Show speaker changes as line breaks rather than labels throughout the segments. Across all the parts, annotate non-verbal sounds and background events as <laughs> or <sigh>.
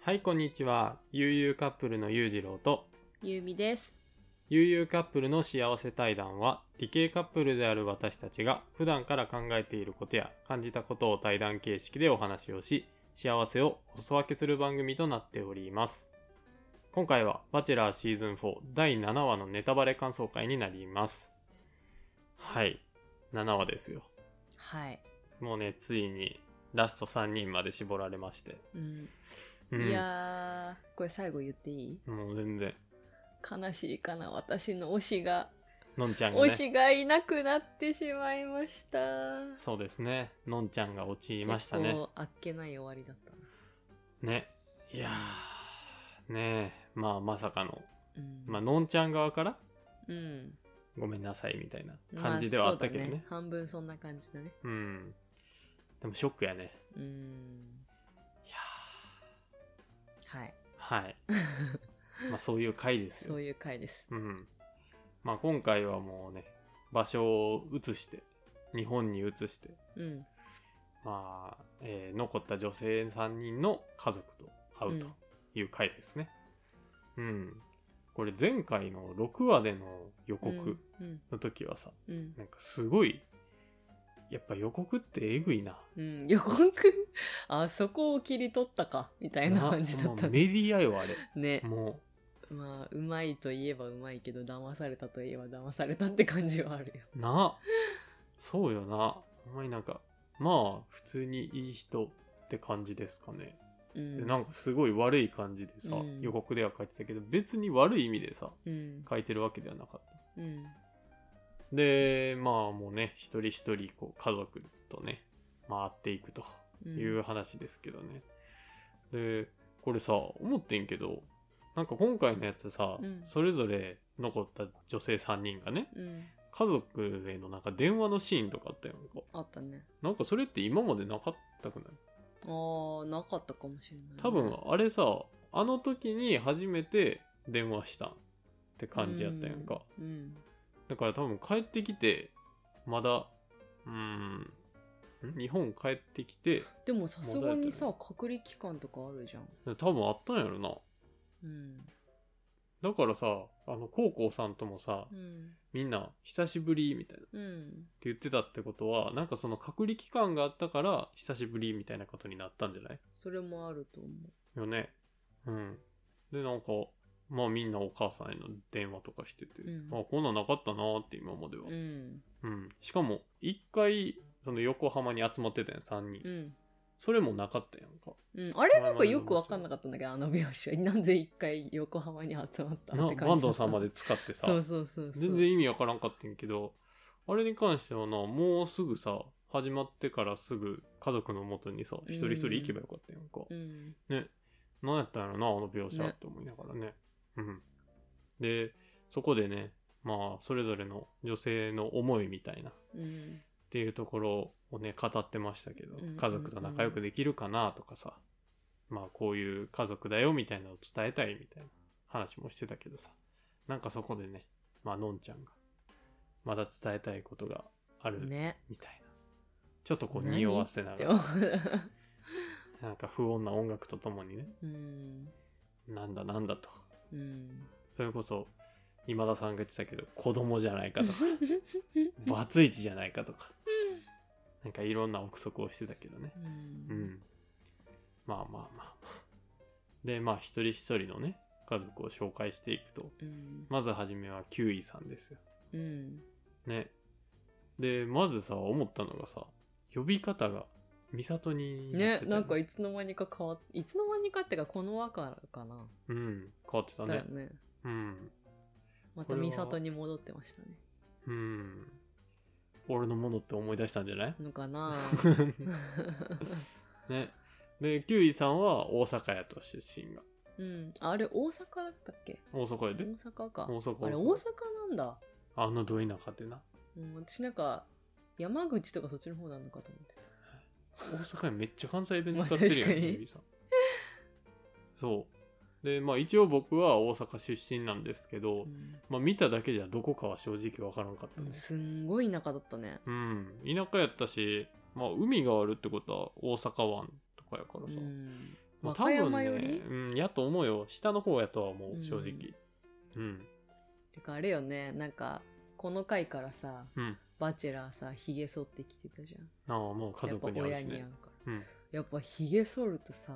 はい、こんにちは。悠々カップルの裕次郎と、
ゆうみです。
悠々カップルの幸せ対談は、理系カップルである私たちが、普段から考えていることや感じたことを対談形式でお話をし、幸せをお裾分けする番組となっております。今回は、バチェラーシーズン4第7話のネタバレ感想会になります。はい、7話ですよ。
はい。
もうね、ついに、ラスト3人まで絞られまして。
うん。
うん
いやー、これ最後言っていい
もう全然、
悲しいかな、私の推しが。
のんちゃんが
推
ね。
しがいなくなってしまいました。
そうですね。のんちゃんが陥りました
結
ね。
構あっけない終わりだったな。
ね。いやー、ねえ、まあまさかの。
うん。
まあ、のんちゃん側から、
うん。
ごめんなさいみたいな
まあ
感じではあったけどね。
そううだ半分そんな感じだね。
ん。でもショックやね。
うん。
いや <laughs>
はい。
ーはい。まあそういう回ですよ。
そういう回です。
うん。まあ今回はもうね、場所を移して、日本に移して、
うん。
まあ、えー残った女性3人の家族と会うという回ですね。うん。これ前回の6話での予告
うん。
の時はさ、
うん。
なんかすごい、やっぱ予告ってえぐいな。
うん。予告、あそこを切り取ったか、みたいな感じだっ
な
た
もう
ね。
メディアよ、あれ。
ね。
も
まあうまいといえばうまいけど騙されたといえば騙されたって感じはあるよ。
う、なあ。そうよな。ほんまになんか、まあ、普通にいい人って感じですかね。
うん
でなんかすごい悪い感じでさ、
うん
予告では書いてたけど、別に悪い意味でさ、
うん
書いてるわけではなかった。
うん
で、まあもうね、一人一人、こう、家族とね、回っていくと
うん
いう話ですけどね。で、これさ、思ってんけど、なんか今回のやつさ、
うん
それぞれ残った女性3人がね、
うん
家族へのなんか電話のシーンとかあったやんか。
あったね。
なんかそれって今までなかったくない
あーなかったかもしれない、
多分あれさ、あの時に初めて電話したんって感じやったやんか。
うん
だから多分帰ってきて、まだ、うーん、ん日本帰ってきて、
でもさすがにさ
も
隔離期間とかあるじゃん。
多分あったんやろな。
うん
だからさ、あの、高校さんともさ
う、ん
みんな、久しぶりみたいなって
うん
言ってたってことは、なんかその隔離期間があったから、久しぶりみたいなことになったんじゃない
それもあると思
よね。うん。で、なんか、まあみんなお母さんへの電話とかしてて、
うん
あ、こんなんなかったなーって今までは
う。。うん
うん。しかも、一回、その横浜に集まってたやん、3人。
うん
それもなかったやんか。
うん、あれなんかよく分かんなかったんだけどあの描写なんで一回横浜に集まった
な
のって感じだ
坂東さんまで使ってさ
そうそうそうそう
全然意味わからんかってんけどあれに関してはなもうすぐさ始まってからすぐ家族のもとにさ
ん
一人一人行けばよかったやんか、
うん
ね何やったんやろなあの描写
ね
って思いながらねうんでそこでねまあそれぞれの女性の思いみたいなっ
うん
ていうところをね語ってましたけど、
うんうんうん
家族と仲良くできるかなとかさまあこういう家族だよみたいなのを伝えたいみたいな話もしてたけどさなんかそこでねまあのんちゃんがまだ伝えたいことがある
ね
みたいな、ちょっとこう
何
匂わせな
っ
が
て
ら
思う
なんか不穏な音楽とともにね
うん
なんだなんだと
うん
それこそ今田さんが言ってたけど子供じゃないか
<laughs>
とかバツイチじゃないかとかなんかいろんな憶測をしてたけどね
う
うんん。まあまあまあまあ。で、まあ一人一人のね、家族を紹介していくと、
うん
まずはじめはキュウイさんですよ。
うん
ね。で、まずさ、思ったのがさ、呼び方が、美里に
ね
ってたよ
なんかいつの間にか変わっいつの間にかってかこの輪からかな
うん、変わってた
だよ
ね。
ね
うん。
ま
こ
た
れは
美里に戻ってましたね
うん。俺のものって思い出したんじゃない
のか
<laughs>
な
ね。で、キュウイさんは大阪やと出身が。
うんああれ大阪だったっけ
大阪や
大
で。
阪か
大阪
あれ
大
大
阪
阪なんだ
あのど田舎でな。
うん私なんか山口とかそっちの方なのかと思ってた
大阪にめっちゃ関西弁使ってるやん、
まあ確かに
ゆりさん。そう。で、まあ一応僕は大阪出身なんですけど、まあ見ただけじゃどこかは正直わからんかった
うん、
ね
すんごい田舎だったね
うん。田舎やったし、まあ海があるってことは大阪湾とかやから
う
さ、
ん
まあ
和歌山より
多分ね、うん、やと思うよ。下の方やとはも
う
う、
ん
正直。うん。
てかあれよねなんかこの回からさ
うん。
バチェラーさひげ剃ってきてたじゃん
ああ、もう家族に
やっ
会
ぱ親
うし
に会
ね。
うから
うん。
やっぱひげ剃るとさ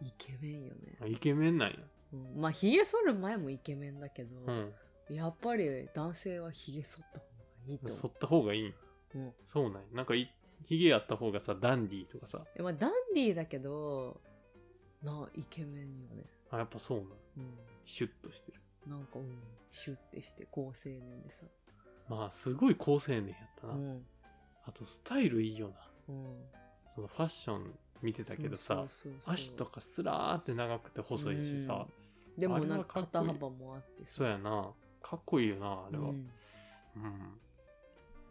イケメンよね、
あイケメンなんや。
うん、まあひげ剃る前もイケメンだけど、
うん。
やっぱり男性はひげ剃った方がいいと思
剃った方がいいん。
う、うん
そうなんや。なんかい、ヒゲやった方がさ、ダンディーとかさ。
えまあ、ダンディーだけどなイケメンよね、
あ、やっぱそうなん。
う
シュッとしてる。
ん、なんか、うん、シュッてして好青年でさ
まあ、すごい好青年やった
う
な。
ん
あと、スタイルいいよな。
うん
そのファッション見てたけどさ、
そうそうそう
足とかすらーって長くて細いしさ、
でもなん
あれ
か
はかっこ
肩
いい
幅もあって
そうやな、かっこいいよな、あれは。
う
うん。
ん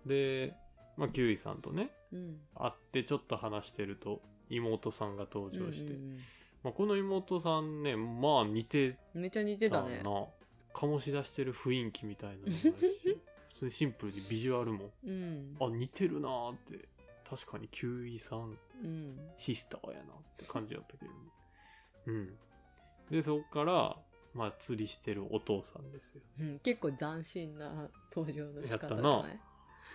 で、まあ、キュウイさんとね、
うん
会ってちょっと話してると、妹さんが登場して、
うんうん
まあ、この妹さんね、まあ似て
うんめっちゃ似て
た
た
な、
ね
醸し出してる雰囲気みたいなのもあ
<laughs>
るし、普通にシンプルにビジュアルも、
うん
あ、似てるなーって、確かにキュウイさん
うん
シスターやなって感じだったけどね。 <laughs> うん。で、そこから、まあ、釣りしてるお父さんですよ。
うん結構斬新な登場の仕方じゃ
やっ
な
た
い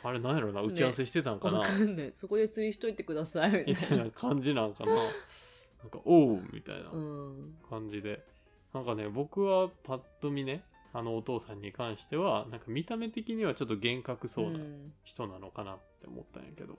あれ、なんやろな、打ち合わせしてたんかな、
わかんないそこで釣りしといてくださいみ
<laughs> み
た
たい
いな
な感じなんか
<laughs>
な。なんか、おうみたいな
うん
感じで。なんかね、僕はパッと見ね、あのお父さんに関しては、なんか見た目的にはちょっと厳格そうなん人なのかなって思ったんやけど。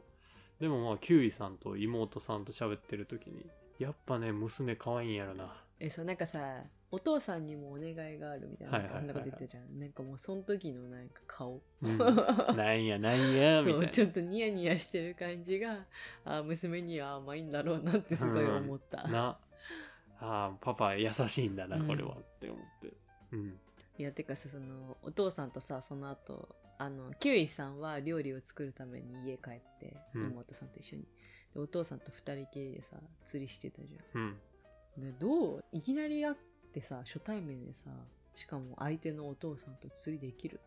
でもまあ、キュウイさんと妹さんと喋ってる時に、やっぱね、娘可愛いんやろ
<laughs>
な。
えそうなんかさお父さんにもお願いがあるみたいな
はいはいはいはい
なんか出てたじゃんなんかもうその時のなんか顔
うん
<laughs>
なんやなんや、み
そ
た
う
い
ち
な
ょ。っとニヤニヤしてる感じがあー娘には甘いんだろうなってすごい思った、い
なああパパ優しいんだな
うん
これはって思ってうん
やてかさそのお父さんとさその後あのキウイさんは料理を作るために家帰って
うん
妹さんと一緒に、でお父さんと二人きりでさ釣りしてたじゃ
うん
んでどういきなり会ってさ初対面でさしかも相手のお父さんと釣りでき
<laughs>
る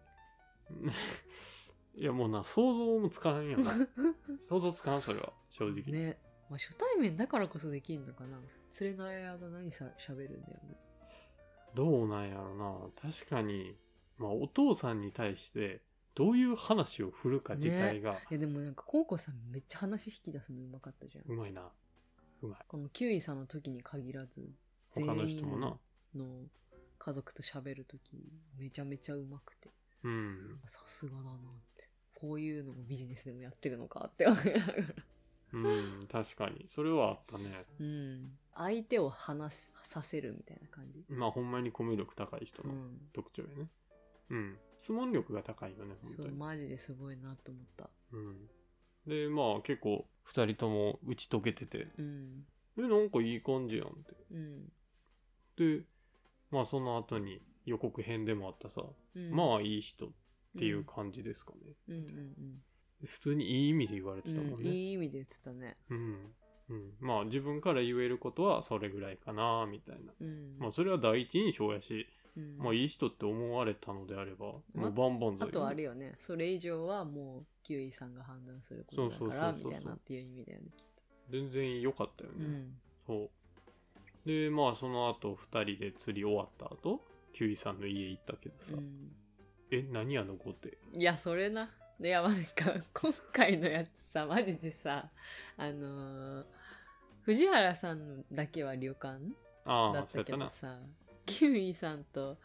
いやもうな想像もつかんよな
<laughs>
想像つかんそれは正直、
ね、まあ、初対面だからこそできんのかな釣れない間何さ喋るんだよね
どうなんやろな確かにまあお父さんに対してどういう話を振るか自体が
いやでもなんかコウコさんめっちゃ話引き出すのうまかったじゃん
うまいな、うまい
このキウイさんの時に限らず
他の人もな
全員の家族と喋る時めちゃめちゃうまくて
うん
さすがだなってこういうのもビジネスでもやってるのか
<laughs>
って思いながら
うん確かにそれはあったね
うん相手を話しさせるみたいな感じ
まあほんまにコミュ力高い人
う
の
ん
特徴やねうん質問力が高いよね本
そ
当
う
に
マジですごいなと思った
うん、でまあ結構2人とも打ち解けてて
うん
「えなんかいい感じやん」って
うん
でまあその後に予告編でもあったさ、
うん
まあいい人っていう感じですかね、
うんうん
普通にいい意味で言われ
う
て
ん、
た
うん
もんね
いい意味で言ってたね
うん、うんまあ自分から言えることはそれぐらいかなみたいな
うん、
まあそれは第一印象やし、
うん
まあいい人って思われたのであればも
ま
うバンバン
あとはあれ
よ
よね、それ以上はもうキウイさんが判断することだから
そうそうそうそう
みたいなっていう意味だよね、きっ
全然良かったよ
と。う
ね、
ん。
そう。で、まあその後2人で釣り終わった後、キュウイさんの家行ったけどさ、え、何あの御殿
うんいや、それな。いや、なんか、今回のやつさ、マジでさ、あのー藤原さんだけは旅館
あ
だ
あ、
っ
そうやった
たけど
な。
さ、キウイさんと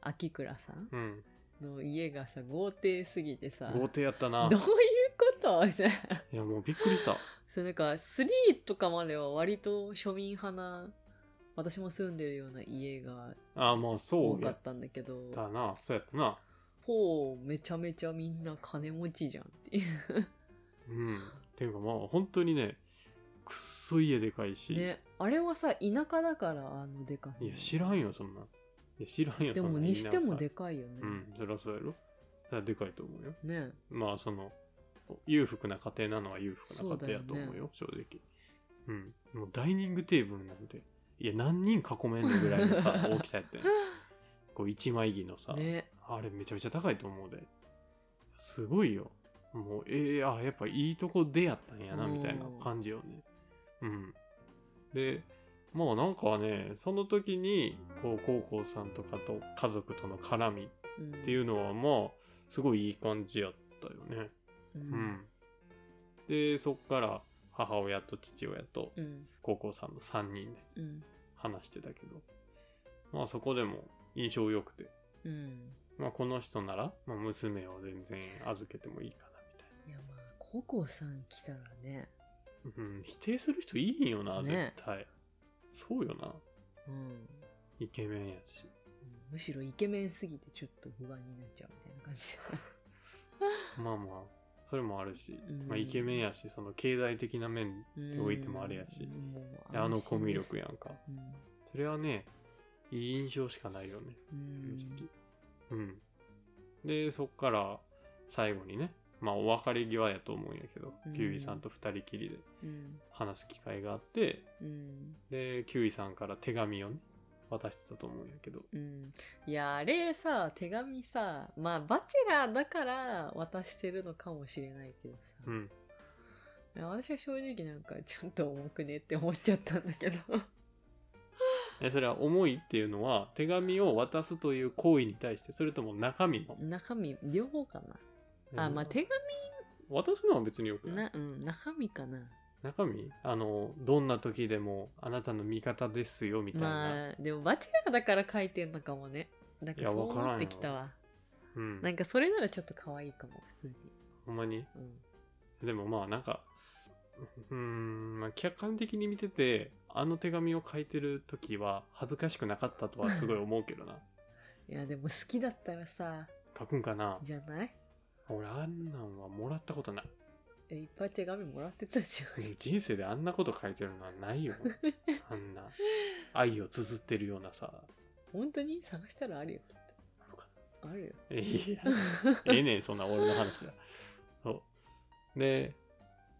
秋倉さん
うん。
の家がさ、豪邸すぎてさ、
豪邸やったな
どういう。こと <laughs> みたいない
やもうびっくりした。
そうなんか3とかまでは割と庶民派な私も住んでるような家が
ああ、もうそ
多
う
か
やっ
ったんだけど
たな。そうやったな。
ほうめちゃめちゃみんな金持ちじゃんっていう
うん。っていうかまあ本当にね、くっそ家でかいし。
ねあれはさ田舎だからあのでかい
いや知らんよ、そんなん。いや知らんよ、
で
そん
も
なん
にしてもで
か
かいよね
い。うん、そりゃそうやろ。それはでかいと思うよ。
ね
まあその裕福な家庭なのは裕福な家庭やと思うよ
そうだ
正直うんもうダイニングテーブルなんていや何人囲めんのぐらいの
<laughs>
さ大きさやったよこう一枚木のさ、
ね
あれめちゃめちゃ高いと思うですごいよもうええあやっぱいいとこ出やったんやな
うん
みたいな感じよねうんでまあなんかねその時にこう高校さんとかと家族との絡み
うん、
っていうのはまあすごいいい感じやったよね。
う、
うんん、でそっから母親と父親と
うん
高校さんの3人で
うん
話してたけどまあそこでも印象良くて、
うん
まあ、この人なら、まあ、娘を全然預けてもいいかなみたい
いやまあココさん来たらね、
な、うん、否定する人いいんよな、
ね
絶対そうよな
うん、
イケメンやし
むしろイケメンすぎてちょっと不安になっちゃうみたいな感じ
<laughs> まあまあそれもあるし、
うん
まあ、イケメンやしその経済的な面
で
置いてもあれやし
もう
であのコミュ力やんか
うん、
それはねいい印象しかないよね
う
正直
ん、
うん。で、そっから最後にね、まあお別れ際やと思うんやけど、
うん
キュウイさんと二人きりで
うん
話す機会があって、
うん
で、キュウイさんから手紙をね、渡してたと思うんやけど、
うん、いやあれさ手紙さまあバチェラーだから渡してるのかもしれないけどさ、
うん。
いや私は正直なんかちょっと重くねって思っちゃったんだけど
えそれは思いっていうのは、手紙を渡すという行為に対して、それとも中身の。
<laughs> 中身両方かなあまあ手
渡すのは別によく
紙
ない。
なうん中身かな
中身あの、どんな時でもあなたの味方ですよ、みたいな。
まあでもバチェラーだから書いてんのかもねなんか
いや
そう
わからんよ
思ってきたわ
うん。
なんかそれならちょっと可愛いかも普通に
ほんまに
うん
でもまあなんか、うーん、まあ、客観的に見てて、あの手紙を書いてる時は恥ずかしくなかったとはすごい思うけどな。
いやでも好きだったらさ
書くんかな
じゃない
俺あんなんはもらったことない。
えいっぱい手紙もらってたじゃん <laughs>
人生であんなこと書いてるのはないよ。あんな愛を綴ってるようなさ。
本当に探したらあるよきっ
あるか
とあるよ
いや、ええねん、そんな俺の話は。そう。で、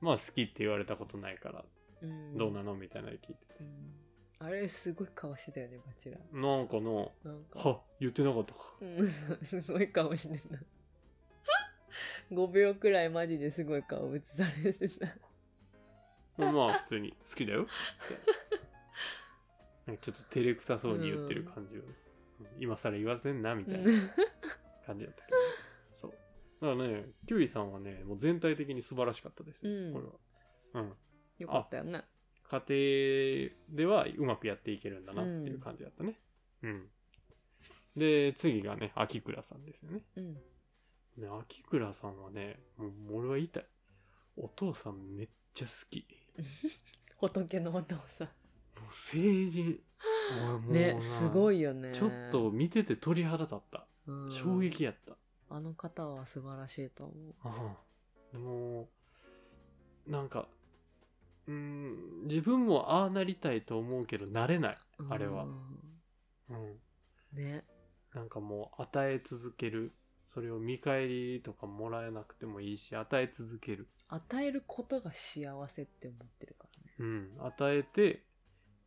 まあ好きって言われたことないから、
うん
どうなのみたいなの聞いて
う
て。
んあれすごい顔してたよねバチェラ
なんかの、
ーなんか
は言ってなかったか。
うん、すごい顔してた。5秒くらいマジですごい顔映されてた。
まあ普通に好きだよってちょっと照れくさそうに言ってる感じを、今更言わせんなみたいな感じだったけど、そうだからねキュウイさんはねもう全体的に素晴らしかったですよ、
うん
これは、うん、
よかったよね。
家庭ではうまくやっていけるんだなっていう感じだったねうん、で次がね秋倉さんですよね
うん。
ね秋倉さんはねもう俺は言いたいお父さんめっちゃ好き
仏のお父さ
もう成人俺も
ん。ね、すご
い
いよね。
ちょっと、見てて鳥肌立った、
うん、
衝。撃やった、
あの方は素晴らしいと思う。
でもなんかうん自分もああなりたいと思うけどなれない、あれは
うん
うん、
ね。
なんかもう与え続けるそれを見返りとかもらえなくてもいいし与え続ける、
与えることが幸せって思ってるからね。
うん、与えて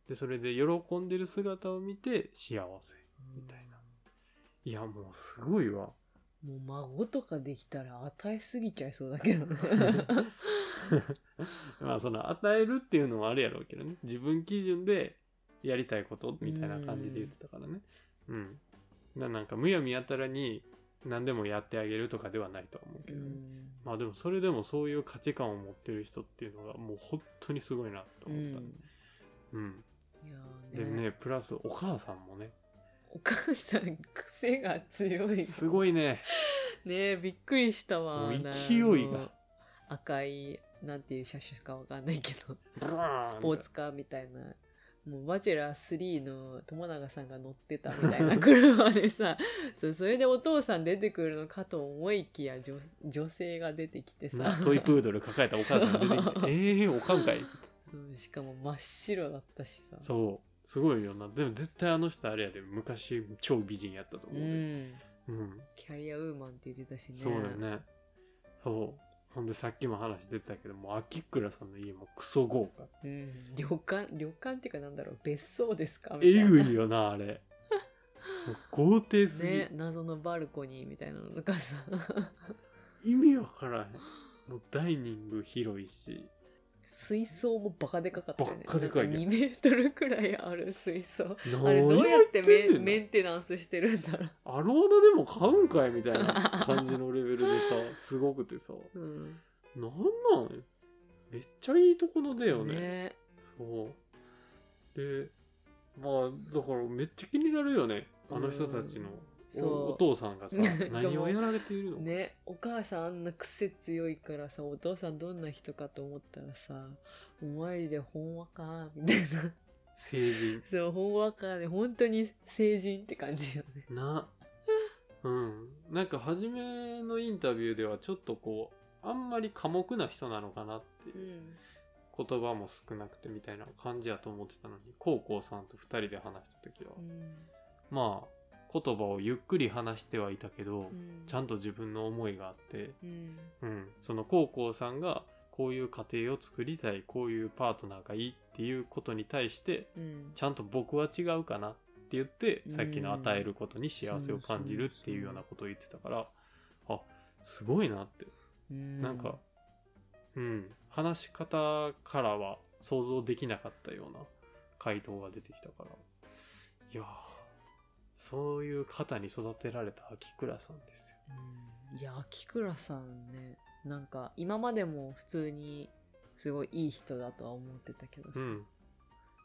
でそれで喜んでる姿を見て幸せみたいないやもうすごいわ
うん。もう孫とかできたら与えすぎちゃいそうだけどね。
まあその与えるっていうのもあるやろうけどね自分基準でやりたいことみたいな感じで言ってたからねうん、ななんかむやみやたらに何でもやってあげるとかではないとは思 <laughs> う
う
けどね、
ん。
まあでもそれでもそういう価値観を持ってる人っていうのがもう本当にすごいなと
う
思ったね、
ん
うん
いやー
でねプラスお母さんもね
お母さん癖が強い
すごいね
ねえびっくりしたわ
もう
な
勢いが
赤いなんていう車種かわかんないけど
ブ
ス
ワーン
ポーツカーみたいなもうバチェラー3の友永さんが乗ってたみたいな車
<laughs>
でさそうそれでお父さん出てくるのかと思いきや女女性が出てきてさ
なトイプードル抱えたお母さん出て
<laughs>
き
そ
て
う
ええおかんかい
<laughs> そうしかも真っ白だったしさ
そう。すごいよな。でも絶対あの人あれやで、昔超美人やったと思
う
うで。
ん
うん。
キャリアウーマンって言ってたしね
そうだよね。そう。ほんでさっきも話出てたけど、もう秋倉さんの家もクソ豪華。
うん、旅館旅館っていうかなんだろう別荘ですかみたいな
えぐいよな、あれ。もう豪邸すぎ、
ね謎のバルコニーみたいなのがさ
意味わからへん。もうダイニング広いし、
水槽もバカでかかったよね。
バカでかいね
2メートルくらいある水槽。あ
あ
れどうやってメンメ
ね
ンテナンスしてるんだろ
アローナでも買うんかいみたいな感じのレベルでさすごくてさ <laughs>
う。うん。
なんなんめっちゃいいとこのだよね
ね
そうでまあだからめっちゃ気になるよねあの人たちのおお
そ
父さんが
<laughs>
さ
なんかもう
何をやられているの
う。ね、お母さんあんな癖強いからさ、お父さんどんな人かと思ったらさ、お前でほんわかみたいな。 <laughs>
成人
そう、ほんわかで、本当に成人って感じよね。。
なうんなんか初めのインタビューではちょっとこうあんまり寡黙な人なのかなっていううん言葉も少なくてみたいな感じやと思ってたのに高校さんと2人で話した時は、
うん。
まあ言葉をゆっくり話してはいたけど、
うん
ちゃんと自分の思いがあって、
うん。
うん、その高校さんがこういう家庭を作りたいこういうパートナーがいいっていうことに対して
うん。
ちゃんと僕は違うかなって言って
うん
さっきの与えることに幸せを感じるっていうようなことを言ってたからあすごいなってなんか、うん、話し方からは想像できなかったような回答が出てきたからいやーそういう方に育てられた秋倉さんですよ。
うんいや秋倉さんねなんか今までも普通にすごいいい人だとは思ってたけどさ、
うん、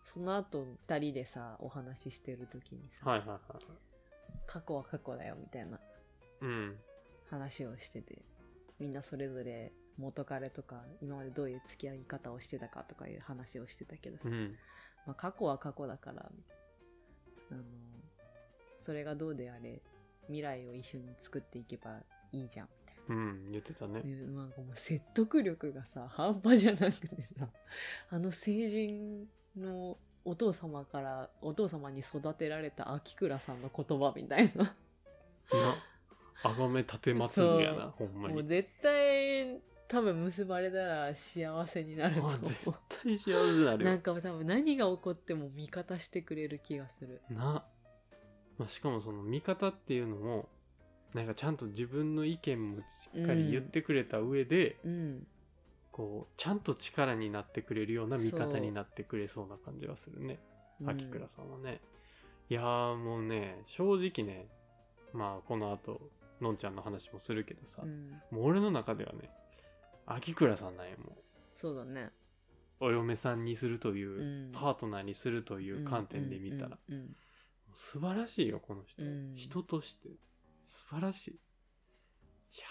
その後二人でさお話ししてる時にさ、
はいはいはい。
過去は過去だよみたいな
うん、
話をしててみんなそれぞれ元彼とか今までどういう付き合い方をしてたかとかいう話をしてたけどさ、
うん、
まあ、過去は過去だからみたいなあのそれがどうであれ未来を一緒に作っていけばいいじゃんみたいな。
うん、言ってたね。
ねなんかもう説得力がさ半端じゃなくてさ <laughs> あの成人のお父様からお父様に育てられた秋倉さんの言葉みたいな
な、あがめたてまつりやな、ほんま
もう
に。
絶対多分結ばれたら幸せになると思
あ絶対幸せにな
う
る
な
よ
ん。か多分何が起こっても味方してくれる気がする
な、まあ、しかもその見方っていうのも、なんかちゃんと自分の意見もしっかり言ってくれた上で、
うん
こう、ちゃんと力になってくれるような見方になってくれそうな感じはするね。秋倉さんはね。いやーもうね、正直ね、まあこの後、のんちゃんの話もするけどさ、
うん、うん
もう俺の中ではね、秋倉さんなんやもう。
そうだね
お嫁さんにするという、
うん
パートナーにするという観点で見たら、
うんうん
素晴らしいよこの人、
うん
人として素晴らしいいや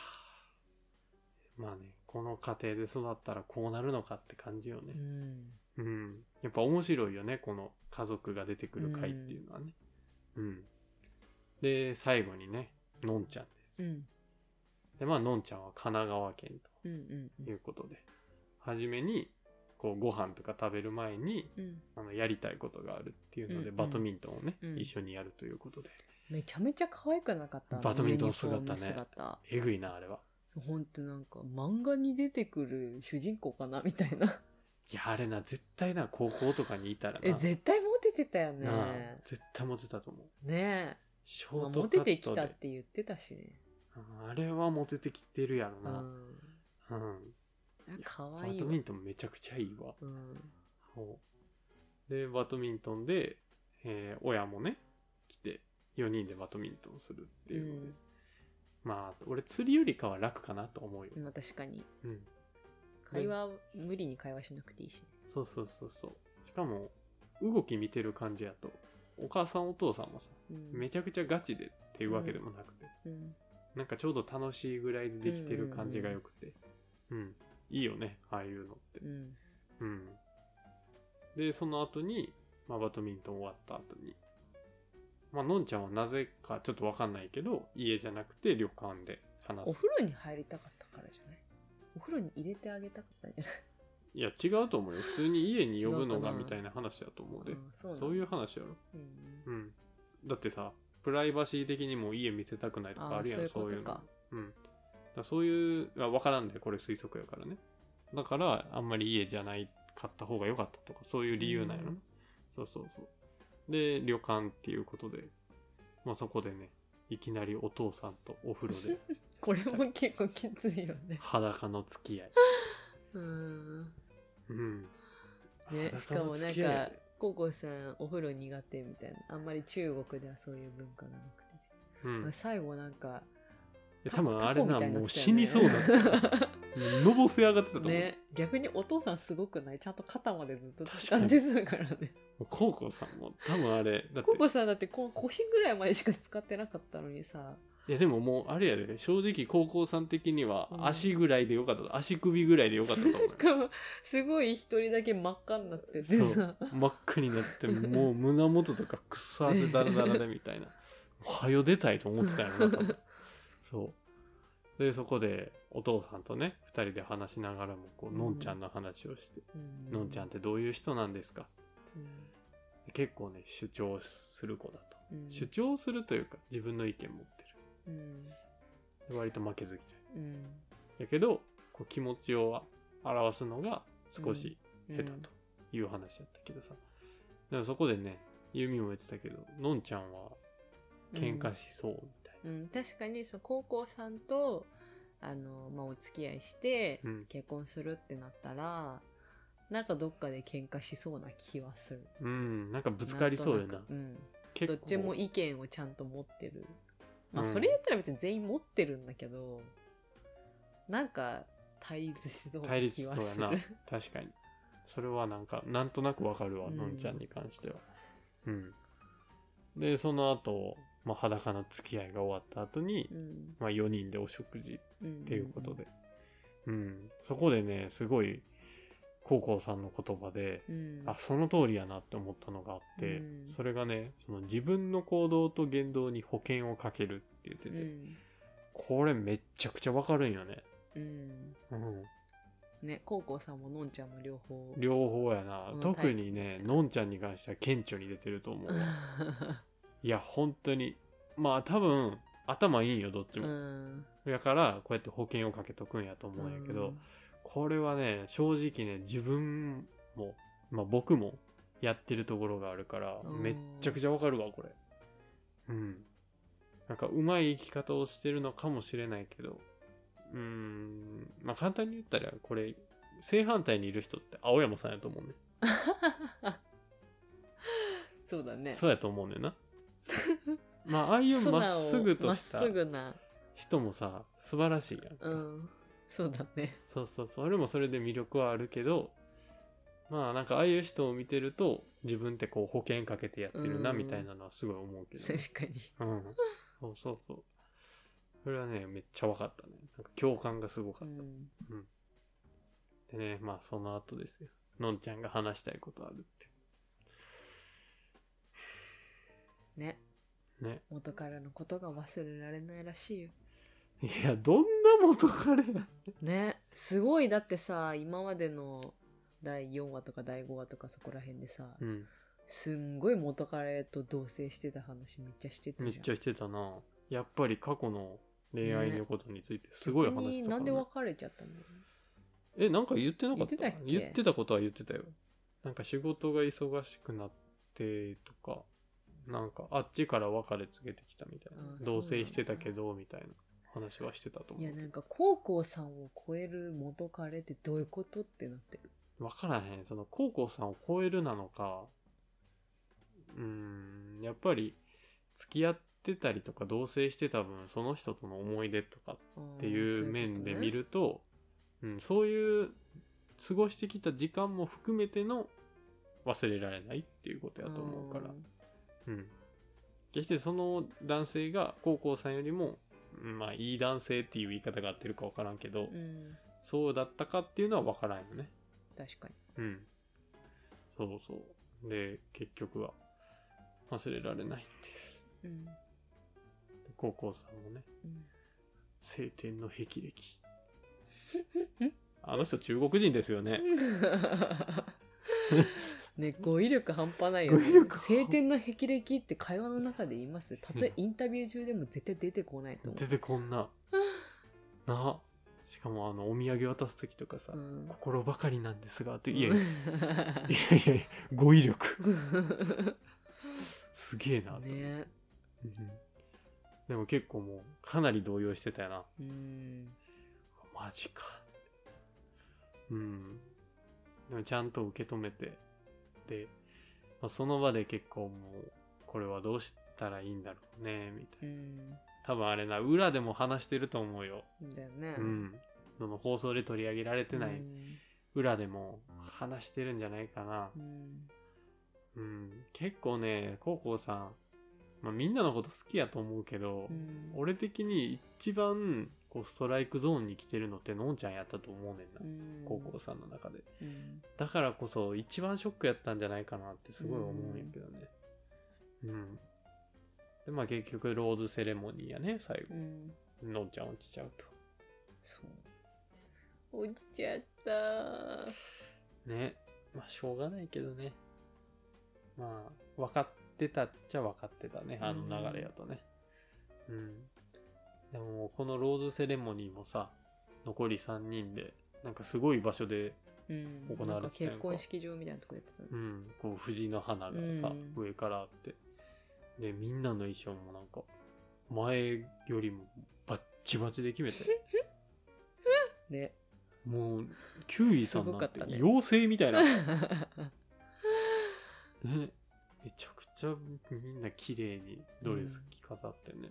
ーまあねこの家庭で育ったらこうなるのかって感じよ
う
ね
んうん
うん、やっぱ面白いよねこの家族が出てくる回っていうのはねうん、で最後にねのんちゃんです、
うん
でまあのんちゃんは神奈川県
うんうん
ということで、初めにこうご飯とか食べる前に
うん
あのやりたいことがあるっていうの
うん
で、
うん
バドミントンをね、
うん
一緒にやるということで
めちゃめちゃ可愛くなかった
バドミントン姿ね
ユニフォーム姿
えぐいなあれは
ほんとなんか漫画に出てくる主人公かなみたいな
<laughs> いやあれな絶対な高校とかにいたらな
え絶対モテてたよね
なあ絶対モテたと思う
ね
シ
え、ま
ョ
あ
ートカッ
モ
トで
テてきたって言ってたしね
うんあれはモテてきてるやろ
う
な、
ん
うん
か
バ
わいい
ド
わ
ミントンめちゃくちゃいいわ
うん
そうでバドミントンで、えー親もね来て4人でバドミントンするっていうので、
うん
まあ俺釣りよりかは楽かなと思うよ、
まあ確かに
うん、
会話、無理に会話しなくていいしね
そうそうそうそう。しかも、動き見てる感じやと、お母さんお父さんもさ、
うん
めちゃくちゃガチでっていうわけでもなくて、
うん
なんかちょうど楽しいぐらいでできてる感じが良くて、うんいいよね、ああいうのって
う。ん
うん。で、その後に、まあ、バドミントン終わった後に、まあ、のんちゃんはなぜかちょっとわかんないけど、家じゃなくて旅館で
お
話す
風。呂に入りたかったからじゃないお風呂に入れてあげたかったんじゃない
いや、違うと思うよ。普通に家に呼ぶのが
違うかな
みたいな話だと思うで
う。んそうなの
そういう話やろ。
うん
うん、だってさプライバシー的にも家見せたくないとかあるやん
あー
そ
そうう
い
いううことか
のうん、だからそういうあ分からんでこれ推測やからねだからあんまり家じゃない買った方が良かったとかそういう理由なんやろな、
うん
そうそうそうで旅館っていうことで、まあ、そこでねいきなりお父さんとお風
<laughs>
呂で
これも結構きついよね
裸の付き合い
うん
うん
ね、しかも
裸の
なんか
付き合い、
ココさんお風呂苦手みたいな。あんまり中国ではそういう文化がなくて。
うん、い
最後なんか、
や
タ
多分あれ
タコみ
な
たいにな
も
っ
う
てた
死
よね
にそうだ
<laughs>
ったもうのぼせ上がってたと思う、
ね、逆にお父さんすごくないちゃんと肩までずっと
確かに
感じてたからね。
もうコウコさんも多分あれだって
ココさんだってこう腰ぐらいまでしか使ってなかったのにさ。
いやでももうあれやで正直高校さん的には
うん
足ぐらいでよかった、足首ぐらいでよかったと
<laughs>
思う
しかも、すごい一人だけ真っ赤になっててさ。
真っ赤になってもう胸元とか草汗だらだらでみたいなおはよ出たいと思ってたよな多
<laughs>
分そうでそこでお父さんとね2人で話しながらもこうのんちゃんの話をして、
うん
のんちゃんっ。てどういう人なんですか
うん
結構ね主張する子だと、
うん
主張するというか自分の意見持って
うん。
るで割と負けず嫌い
うん。
やけどこう気持ちを表すのが少し
うん
下手という話やったけどさ、でもそこでねユミも言ってたけどのんちゃんは喧嘩しそうみたい
うん、確かにその高校さんとあの、まあ、お付き合いして
うん
結婚するってなったら、なんかどっかで喧嘩しそうな気はする
なうん、なんかぶつかりそうやな
なんとなくうん、
結
ど
構
っちも意見をちゃんと持ってるまあ
うん
それ言ったら別に全員持ってるんだけど、なんか対立しそうな
対立
気
し
は
そう
する
やな確かにそれはなんかなんとなくわかるわ、
うん
のんちゃんに関してはうんでその後、まあ裸の付き合いが終わった後に、
うん
まあ、4人でお食事
うん、っ
っていうことで、うんそこでねすごい高校さんの言葉で、
うん、
あその通りやなって思ったのがあって、
うん
それがねその自分の行動と言動に保険をかけるって言ってて、
うん、
これめっちゃくちゃわかるんよね、
うん、
うん、
ね高校さんものんちゃんも両方
両方やな、
うん
特にねのんちゃんに関しては顕著に出てると思うわいや本当にまあ多分頭いいんよどっち
<laughs> う
も、
ん
だからこうやって保険をかけとくんやと思うんやけど、
ん
これはね、正直ね、自分も、まあ僕もやってるところがあるから、
うん
めっちゃくちゃわかるわ、これ。うん。なんか、うまい生き方をしてるのかもしれないけど、うーん、まあ簡単に言ったら、これ、正反対にいる人って青山さんやと思うね。
そうだね。
そうやと思うねんな。 <laughs> まあ、ああいうまっすぐとし
素
た
直まっすぐな。
人もさ、素晴らしいやんか。
うん。そうだね。
そうそうそうそれもそれで魅力はあるけどまあなんかああいう人を見てると自分ってこう保険かけてやってるな
うん
みたいなのはすごい思うけど
<laughs>
ね、
確かに。
うん、そうそうそうそれはねめっちゃ分かったねなんか共感がすごか
う
っ
ん。
たでねまあその後ですよのんちゃんが話したいことあるっ
ね。
てね
元からのことが忘れられないらしいよ。
いやどんな元彼や
ね。すごい。だってさ、今までの第4話とか第5話とかそこら辺でさ、
うん
すんごい元彼と同棲してた話めっちゃしてたじ
め
ゃ
っ
ん。
ちゃしてたなやっぱり過去の恋愛のことについてすごい話して
逆に
たか
な
ら
ん
ね
で別れちゃったの
え、なんか言ってなかった
言ってたっけ
言ってたことは言ってたよ。なんか仕事が忙しくなってとか、なんかあっちから別れ告げてきたみたい
あーそうなん
な。
だ
同棲してたけど、みたいな話はしてたと思
いうや、
け
なんか、高校さんを超える元彼ってどういうことってなってる。
ど。わからへん。その、高校さんを超えるなのか、うーん、やっぱり付き合ってたりとか同棲してた分、その人との思い出とか
っ
っていう面で見ると、うん、そういう過ごしてきた時間も含めての忘れられないっていうことやと思うから、うん、決してその男性が高校さんよりも、うんまあいい男性っていう言い方が合ってるか分からんけど、
うん、
そうだったかっていうのは分からんよね。
確かに。
うん。そうそう。で、結局は忘れられないんです。
うん。
で高校さんもね、晴天の霹 <laughs> 靂。あの人中国人ですよね。
<laughs> ね、語彙力半端ないよ、ね。
語彙力半
晴天の霹靂って会話の中で言います。たとえインタビュー中でも絶対出てこないと思
出てこんななしかもあのお土産渡す時とかさ「
う。うん
心ばかりなんですが」っていやいやいやいやいや語彙力すげえなと、
<laughs> ね
うんでも結構もうかなり動揺してたよな
うん。
マジかうんでもちゃんと受け止めてで、まあ、その場で結構もうこれはどうしたらいいんだろうねみたいな
うん。
多分あれな裏でも話してると思うよ
だよね。
う。んその放送で取り上げられてない
うん。
裏でも話してるんじゃないかな
うん
うん結構ね高校さん、まあ、みんなのこと好きやと思うけど、
うん
俺的に一番こうストライクゾーンに来てるのってのんちゃんやったと思うねんな、
うん
高校さんの中で
うん
だからこそ一番ショックやったんじゃないかなってすごい思うんやけどねうん、でまあ結局ローズセレモニーやね最
う
後、
ん。
のんちゃん落ちちゃうと
そう。落ちちゃった。
ねまあしょうがないけどねまあ分かってたっちゃ分かってたねあの流れやとねうん、でもこのローズセレモニーもさ残り3人でなんかすごい場所で、
うん。
行われてたやんか
なんか結婚式場みたいなとこやってたね。
うん、こう藤の花がさ、
うん
上からあってでみんなの衣装もなんか前よりもバッチバチで決めて
<laughs> ね。
もうキュウイさん
すご
な
か
ん
ってたね
妖精みたいなね、めちゃくちゃみんな綺麗にドレス着飾ってね、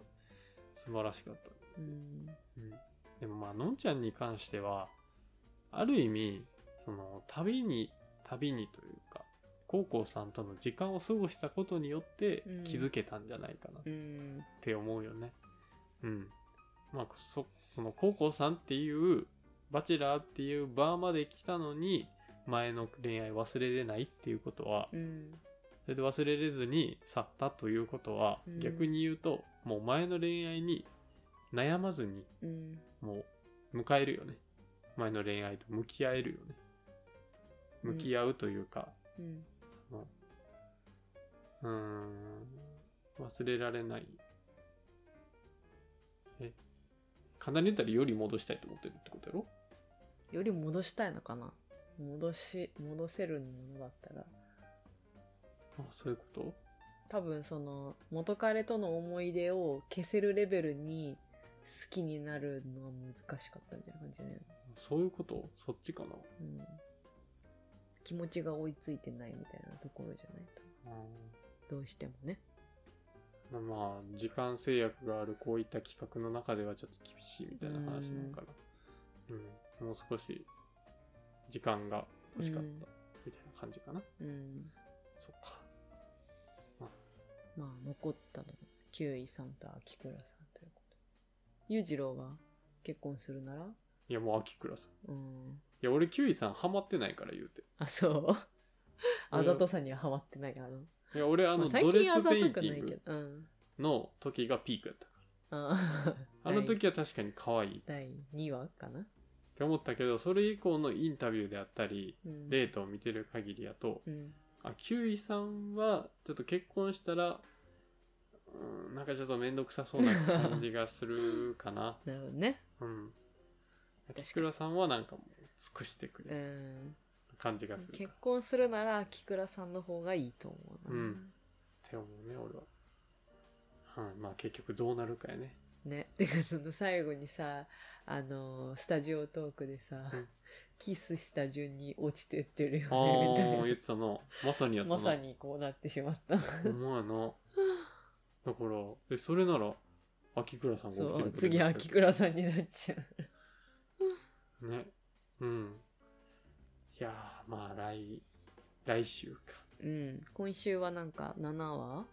素晴らしかった、
うん。
うん、でもまあのんちゃんに関してはある意味その旅に旅にというか高校さんとの時間を過ごしたことによって
うん
気づけたんじゃないかなっ
うん。
て思うよねうん、まあそその高校さんっていうバチェラーっていうバーまで来たのに前の恋愛忘れれないっていうことは
うん。
それで忘れれずに去ったということは、
うん
逆に言うともう前の恋愛に悩まずに
うん。
もう迎えるよね前の恋愛と向き合えるよね
うん
向き合うというか、
うん。
そのうーん忘れられないえ簡単に言ったらより戻したいと思ってるってことやろ
より戻したいのかな戻し、戻せるものだったら。
あそういうこと
多分その元彼との思い出を消せるレベルに好きになるのは難しかったみたいな感じね、
そういうことそっちかな
うん、気持ちが追いついてないみたいなところじゃないと
うん
どうしてもね
まあ、時間制約があるこういった企画の中ではちょっと厳しいみたいな話なのかな。うん、もう少し時間が欲しかった
うん
みたいな感じかな。
うん
そっか。
まあ残ったのはキウイさんと秋倉さんということ裕次郎が結婚するなら
いや、もう秋倉さん。い
うん
や、俺、キウイさんハマってないから言うて。
あそうあざとさにはハマってないあの、
いや、俺、あの、
まあ、
ド
最
レ
近あ
ス
ざ
ペイ
と
ンテ
くな
ィ
い
ン
け
グ
どうん
の時がピークやったか
あ <laughs>
ら。あの時は確かに可愛いっ
第2話かな、
て思ったけど、それ以降のインタビューであったり、
うん、
デートを見てる限りやと、
うん
あ、キウイさんは、ちょっと結婚したら、うん、なんかちょっとめんどくさそうな感じがするか
<laughs>
な。
なるほどね。
うん。
かに
秋倉さんはなんかもう、尽くしてく
う。
れそうんな感じがするから。
結
っ
婚するなら、秋倉さんの方がいいと思うな。
うんて思うね、俺は。うん、まあ結局どうなるかや
<laughs>
ね。
ね。てか、その最後にさ、あのースタジオトークでさ、
うん
キスした順に落ちてってるよ
ああ
ね、みたい
ー、
な
言ってたの。まさにやった
まさ
な。
にこうなってしまった。
お前の。だから、え、それなら、秋倉さん
そ
が起きて
う、
くれ
次、
る
秋倉さんになっちゃう。
ね。うん。いやー、まあ来、来週か。
うん。今週はなんか7話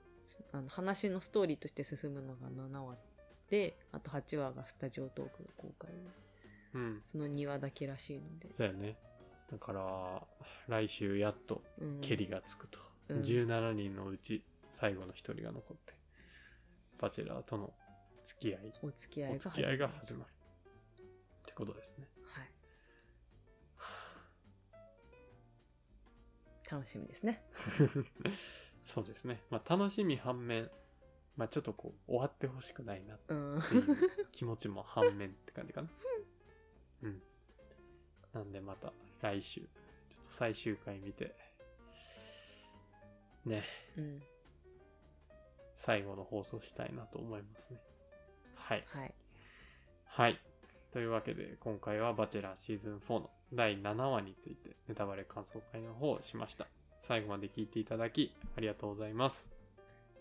あの話のストーリーとして進むのが7話で、あと8話がスタジオトークが公開。
うん。
その2話だけらしいので。
そうやね。だから、来週やっと、
うん
ケリがつくと。
うん
17人のうち、最後の一人が残って、バチェラーとの付き合い、
お付き合
お
いが
付
始
き
ま
合い
る。
が始まる。ってことですね。 <laughs>
はい。楽しみですね。
そうですね。まあ、楽しみ反面、まあ、ちょっとこう、終わってほしくないなっ <laughs>
うん。
ていう気持ちも反面って感じかな。うん。なんでまた来週、ちょっと最終回見て、ね、
うん。
最後の放送したいなと思いますね。はい。
はい。
はい。というわけで、今回はバチェラーシーズン4の第7話についてネタバレ感想会の方をしました。最後まで聞いていただきありがとうございます。